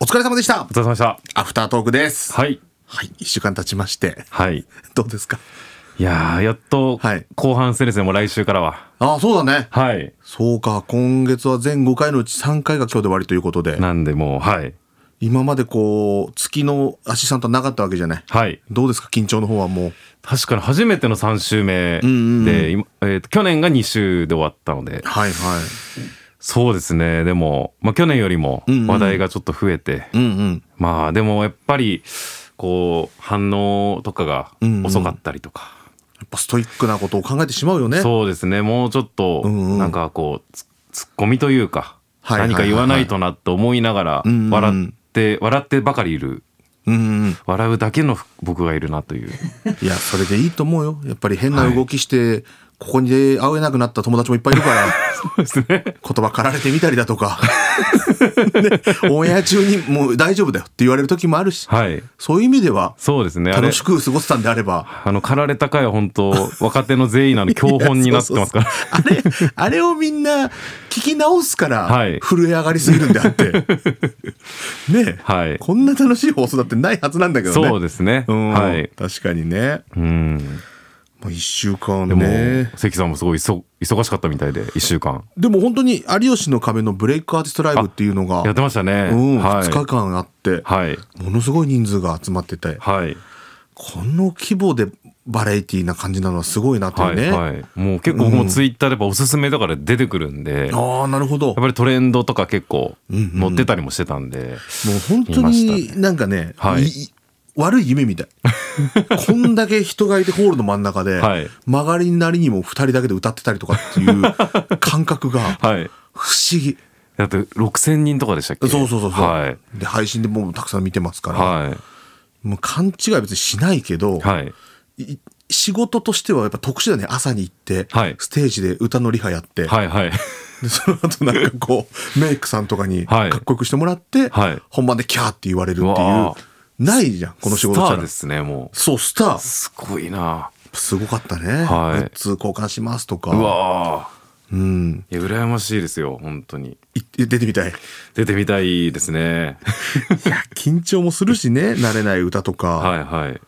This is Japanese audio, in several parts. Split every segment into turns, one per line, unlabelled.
お疲れ様でした
お疲れ様でした。
アフタートークですはい、
はい。
一週間経ちまして
はい。
どうですか
いやー、やっと
はい
後半戦ですね、もう来週からは。
ああそうだね
はい。
そうか今月は全5回のうち3回が今日で終わりということで
なんでもう、はい。
今までこう月のアシスタントはなかったわけじゃない
はい。
どうですか緊張の方はもう
確かに初めての3週目で、
んうんうん
今えーと去年が2週で終わったので、
はいは
そうですね、でも、まあ去年よりも
んうん
話題がちょっと増えて、
いうんうん
まあでもやっぱり、こう、反応とかが
うんうん
遅かったりとか、
やっぱストイックなことを考えてしまうよね
そうですね、もうちょっと、
うんうん
なんかこう、ツツッコミというか、
はいはいはい
何
はい
か言わないとなって思いながら、
うんうんうん
笑って、笑ってばかりいる
うんうん
笑うだけの僕がいる なという
いやそれでいいと思うよやっぱり変な動きして、ここに会えなくなった友達もいっぱいいるから
そうですね
言葉かられてみたりだとか、 ね、オンエア中にもう大丈夫だよって言われる時もあるし、
はい
そういう意味では
そうですねあれ
楽しく過ごせたんであれば
あの駆られた回は 本当若手の全員のあの教本になってますから
あれあれをみんな聞き直すから
はい
震え上がりすぎるんであ って、ねえ、
はい
こんな楽しい放送だってないはずなんだけどね
そうですね
うん
はい
確かにね
うん
もう1週間
でも、
ね
関さんもすごい忙忙しかったみたいで1週間
でも本当に「有吉の壁」のブレイクアーティストライブっていうのが
やってましたね
うん
はい
2日間あって、
はい
ものすごい人数が集まってて、
はい
この規模でバラエティーな感じなのはすごいなとい
は
う
い、
ね。
はい、もう結構僕もツイッターでやっぱおすすめとかで出てくるんで、やっ
ああ、なるほど。
ぱ
もう
りトレンドとか結構
んうん
載ってたりもしてたんで、
本当
見まし
になんかね、
はい
い悪い夢みたい。こんだけ人がいてホールの真ん中で、
はい
曲がりなりにも2人だけで歌ってたりとかっていう感覚が
はい
不思議。
だって6000人とかでしたっけ
そうそうそうそう、
はい
で、配信でもうたくさん見てますから、
は
もう勘違いは別にしないけど、
いはい
い仕事としてはやっぱ特殊だね。朝に行って、
はい
ステージで歌のリハやって、
はいはい。
でその後なんかこ うメイクさんとかにか
は
っ
い
こよくしてもらって、
はい
本番でキャーって言われるっていう
わ
うないじゃんこの仕事
ス
し
タ
た
ー
ら
ですね、もう。
そうスター
すごいな。
すごかったね、
はい
グッズ交換しますとか
うわ
うん
ーいや、羨ましいですよ、本当に。
い出てみたいい
出てみたいですね。
や緊張もするしね慣れない歌とか、
はいはい。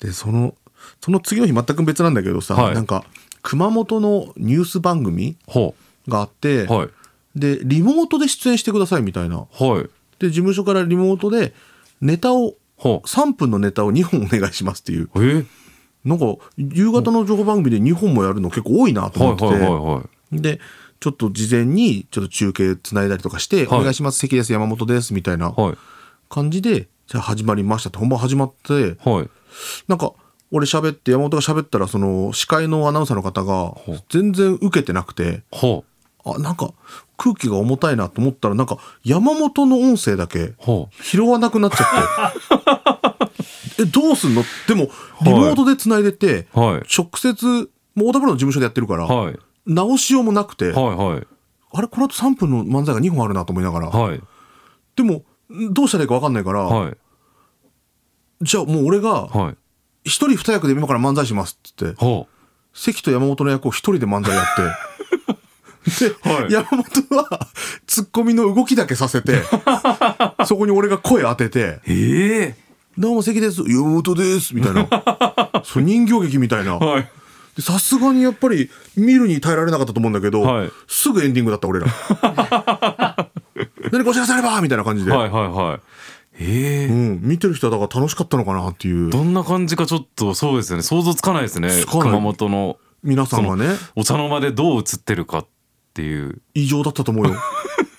でそのその次の日全く別なんだけどさ、
はい
なんか熊本のニュース番組
ほ
があって、
う。はい。
でリモートで出演してくださいみたいな
はい。
で事務所からリモートでネタを
ほ
3分のネタを2本お願いしますっていう
う。え
なんか夕方の情報番組で日本もやるの結構多いなと
はい
思っ
はいはい
て
はい。
てでちょっと事前にちょっと中継つないだりとかして「
はい
お願いします関です山本です」みたいな
はい。
感じで「じゃあ始まりました」って本番始まって
はい。
なんか俺喋って山本が喋ったらその司会のアナウンサーの方が
う
全然受けてなくて
ほう。
あなんか空気が重たいなと思ったらなんか山本の音声だけ
ほ
拾わなくなっちゃ ってえどうすんのでもリモートでつないでて、
う。はい。
直接もう太田プロの事務所でやってるから、
はい。はい
直しようもなくて、
はい。
あれこの後3分の漫才が2本あるなと思いながら、
はい。
でもどうしたらいいか分かんないから、
はい。
じゃあもう俺が
はい。
一人二役で今から漫才しますっつって
ほ
関と山本の役を一人で漫才やって。で、
はい
山本はツッコミの動きだけさせ てそこに俺が声当てて
う。ええ
「どうも関です山本です」みたい なそう人形劇みたいな
はい。
でさすがにやっぱり見るに耐えられなかったと思うんだけど、
はい
すぐエンディングだった 俺ら何かお知らせあればみたいな感じで、
はいはいはい。え
う
え
ん、見てる人はだから楽しかったのかなっていう
どんな感じかちょっとそうですよね想像つかないですね
つかない
熊本の
皆さんがね
お茶の間でどう映ってるかっていう
異常だったと思うよ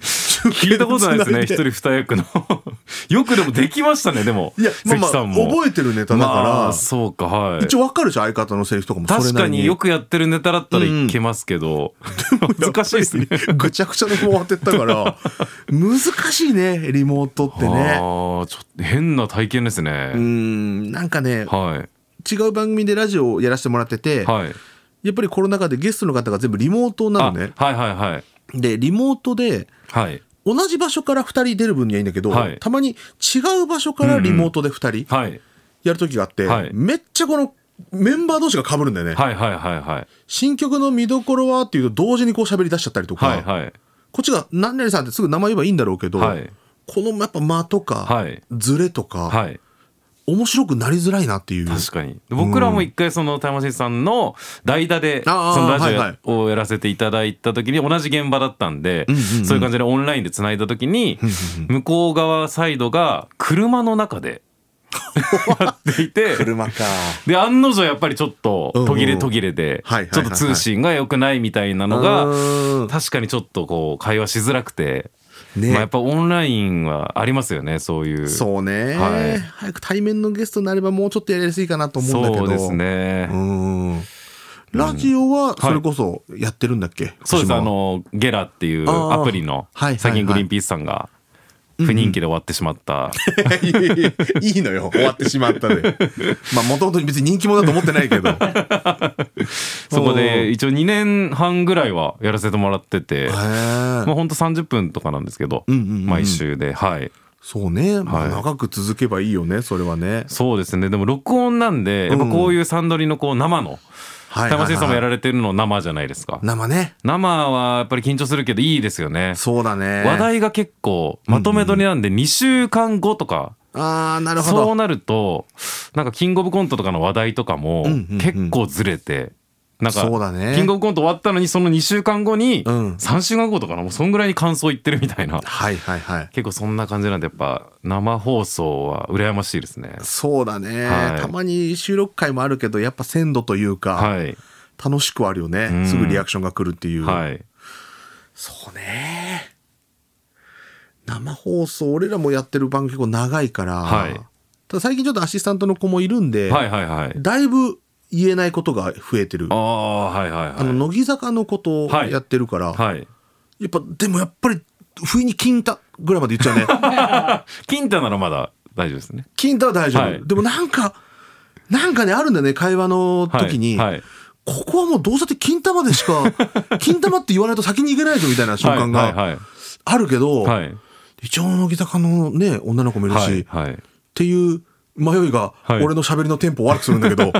聞いたことな いですね一
中継
人
で
二役の よくでもできましたねでも
いや、まあ
関
まあ、
さんも
覚えてるネタだから、
まあそうかはい
一応わかるじゃん相方のセリフとかもそれなり
確かによくやってるネタだったらいけますけど、 難し いですね
ぐちゃぐちゃの終わってったから 難しいねリモートって
あ
ね
ーちょっと変な体験ですね、
うんなんかね
は
違う番組でラジオをやらせてもらってて、
いはい
やっぱりコロナ禍でゲストの方が全部リモートな
あ
のね。
はいはいはい
で、リモートで、
はい
同じ場所から2人出る分にはいいんだけど、
はい
たまに違う場所からリモートで2人
はい
やる時があって、
はい
めっちゃこのメンバー同士が被るんだよね。
はいはいはいはい
新曲の見どころはっていうと同時にこう喋り出しちゃったりとか、
はいはい
こっちが何々さんってすぐ名前言えばいいんだろうけど、
はい
このやっぱ間とか、
はい
ズレとか、
はい
面白くなりづらいなっていう
確かに僕らも一回そのタイムマシーンさんの代打でそ
あー
のラ
はいはい
ジオをやらせていただいた時に同じ現場だったんで
んうんうん
そういう感じでオンラインでつないだ時に向こう側サイドが車の 中でやっていて
車か
で案の定やっぱりちょっと
うんうん
途切れ途切れで
はいはいはいはい
ちょっと通信が良くないみたいなの
う
が
ん
確かにちょっとこう会話しづらくて、
ね
まあ、やっぱオンラインはありますよねそういう
そうね、
はい
早く対面のゲストになればもうちょっとやりやすいかなと思うんだけど
そうですね、
うんラジオはそれこそやってるんだっけ、
そうです
島は
あのゲラっていう
あー
アプリの
はいはいはい
最近グリーンピースさんが不人気で終わってし まった、
いやいやいや いいのよ終わってしまったでまあもともと別に人気者だと思ってないけ ど
そこで一応2年半ぐらいはやらせてもらってて、
へ
まあ
ー
ほんと30分とかなんですけど、
うんうんうん
毎週ではい
そうね、ま
は
あ、
い
長く続けばいいよねそれはね
そうですねでも録音なんでやっぱこういうサンドリのこう生の
はい
玉井さんもやら
れ
れてるの生じゃないですか
生ね
生はやっぱり緊張するけどいいですよね
そうだね
話題が結構まとめ取りなんで2週間後とか
ああなるほ
そう
ど
なるとなんかキングオブコントとかの話題とかも
うんうんうん
結構ずれてなんか
そうだね
キングオブコント終わったのにその2週間後に
うん
3週間後とかのもうそんぐらいに感想言ってるみた いな
はいはいはい
結構そんな感じなんでやっぱ生放送は羨ましいですね
そうだね、
はい
たまに収録回もあるけどやっぱ鮮度というか、
はい
楽しくはあるよね、
うん
すぐリアクションが来るっていう、
はい
そうね生放送俺らもやってる番組結構長いから、
はい
ただ最近ちょっとアシスタントの子もいるんで、
はいはいはい
だいぶ言えないことが増えてる
あ
あ
あはいはいはい
の乃木坂のことを
はい
やってるから、
はい
やっぱでもやっぱり不意に金太ぐらいまで言っちゃ うね
金太ならまだ大丈夫ですね
金太は大丈夫、
はい
でもなんかなんかねあるんだよね会話の時に、
はいはい
ここはもうどうせって金玉でし か金玉って言わないと先に行けないぞみたいな瞬間
はい
が
はい
あるけど、
はいはい
一応乃木坂のね女の子もいるし、
はい
っ
はいい
ていう迷いが
はい
俺の喋りのテンポを悪くするんだけ ど、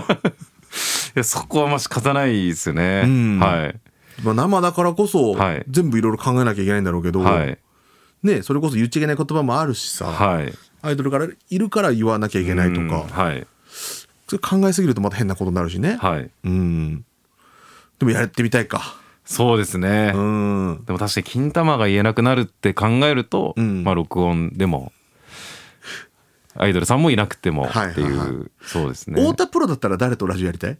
やそこはまし勝たないですよね
うん
はい
まあ生だからこそ、
はい
全部いろいろ考えなきゃいけないんだろうけど、
はい
ね、それこそ言っちゃいけない言葉もあるしさ、
はい
アイドルからいるから言わなきゃいけないと
うん
か、
はい
それ考えすぎるとまた変なことになるしね、
はい
うんでもやってみたいか
そうですね、
うん
でも確かに金玉が言えなくなるって考えると、
うん
まあ録音でもアイドルさんもいなくても
はいはいはい
っていう、そうですね
太田プロだったら誰とラジオやりたい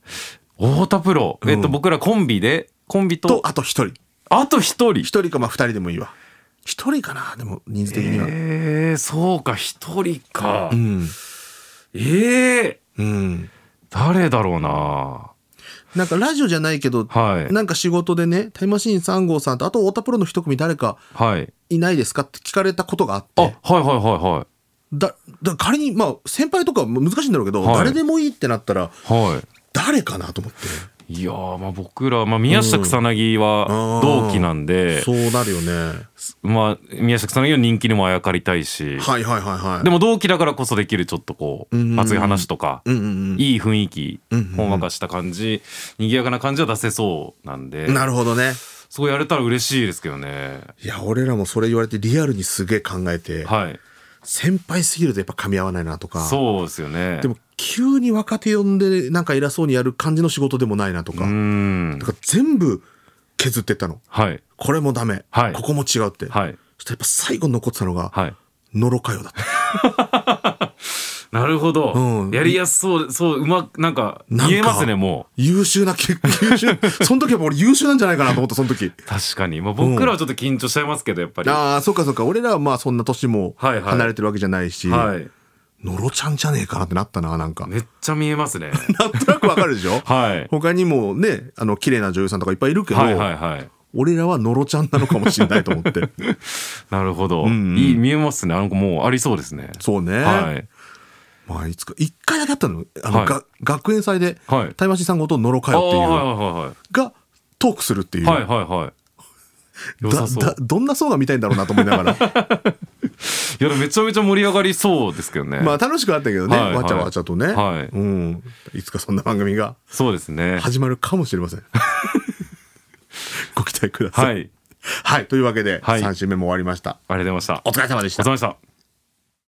太田プロ、えっと僕らコンビでコンビと
とあと一人
あと一人
一人かまあ二人でもいいわ一人かなでも人数的には、
えー、そうか一人か、
うん
ええ
うん
誰だろうな
なんかラジオじゃないけど、
はい
なんか仕事でねタイムマシーン3号さんとあと太田プロの一組誰か
はい
いないですかって聞かれたことがあっ
あ
て
はいはいはいはい
だだ仮にまあ先輩とかも難しいんだろうけど、
はい
誰でもいいってなったら
はい
誰かなと思って、
いやーまあ僕ら、まあ、宮下草薙
う
は
ん
同期なんで、
そうなるよね
まあ、宮下草薙の人気にもあやかりたいし、
はいはいはいはい
で
も
も同期だからこそできるちょっとこう、
うんうん
熱い話とか、
うんうん
いい雰囲気
うんうんうん
ほんわかした感じ賑やかな感じは出せそうなんで
うんなるほどね
そうやれたら嬉しいですけどね
いや俺らもそれ言われてリアルにすげえ考えて、
はい
先輩すぎるとやっぱ噛み合わないなとか
そうですよね
でも急に若手呼んでなんか偉そうにやる感じの仕事でもないなと
う
か、
ーん
だから全部削ってったの
はい
これもダメ、
はい
ここも違うって、
はい
そしてやっぱ最後に残ってたのが、
はい
のろかよだった
なるほど、
うん
やりやすそうそううまくなんか
なんか
言えますねもう
優秀な結 優秀その時やっぱ俺優秀なんじゃないかなと思ったその時
確かに、まあ、僕らはちょっと緊張しちゃいますけどやっぱり、は
ああそっかそっか俺らはまあそんな年も
はいはい
離れてるわけじゃないし、
い
のろちゃんじゃねえかなってなったななんか
めっちゃ見えま すね
なんとなくわかるでしょ
はい
他にもねあの綺麗な女優さんとかいっぱいいるけど、
はいはいはい
俺らはのろちゃんなのかもしれないと思って
なるほど、
んうん
いい見えますねあの子もうありそうですね
そうね、
はい
まあいつか一回だけあったのあの、
はい
が学園祭で、
はい
タイマシさんごとのろか
あ
よっていう、
あ
がトークするっていう、
はいはいはいはいはいはい良
だ
さそう
だどんな層が見たいんだろうなと思いなが ら
いやめちゃめちゃ盛り上がりそうですけどね、
まあ楽しくはあったけどね、
はいはい
わちゃわちゃとね、
はい
うん、いつかそんな番組が
そうですね
始まるかもしれませんご期待ください、
はい
はい。というわけで、
はい
3週目も終わりました。
ありがとうございました
お疲れ様でし
お
た
疲れ。様でした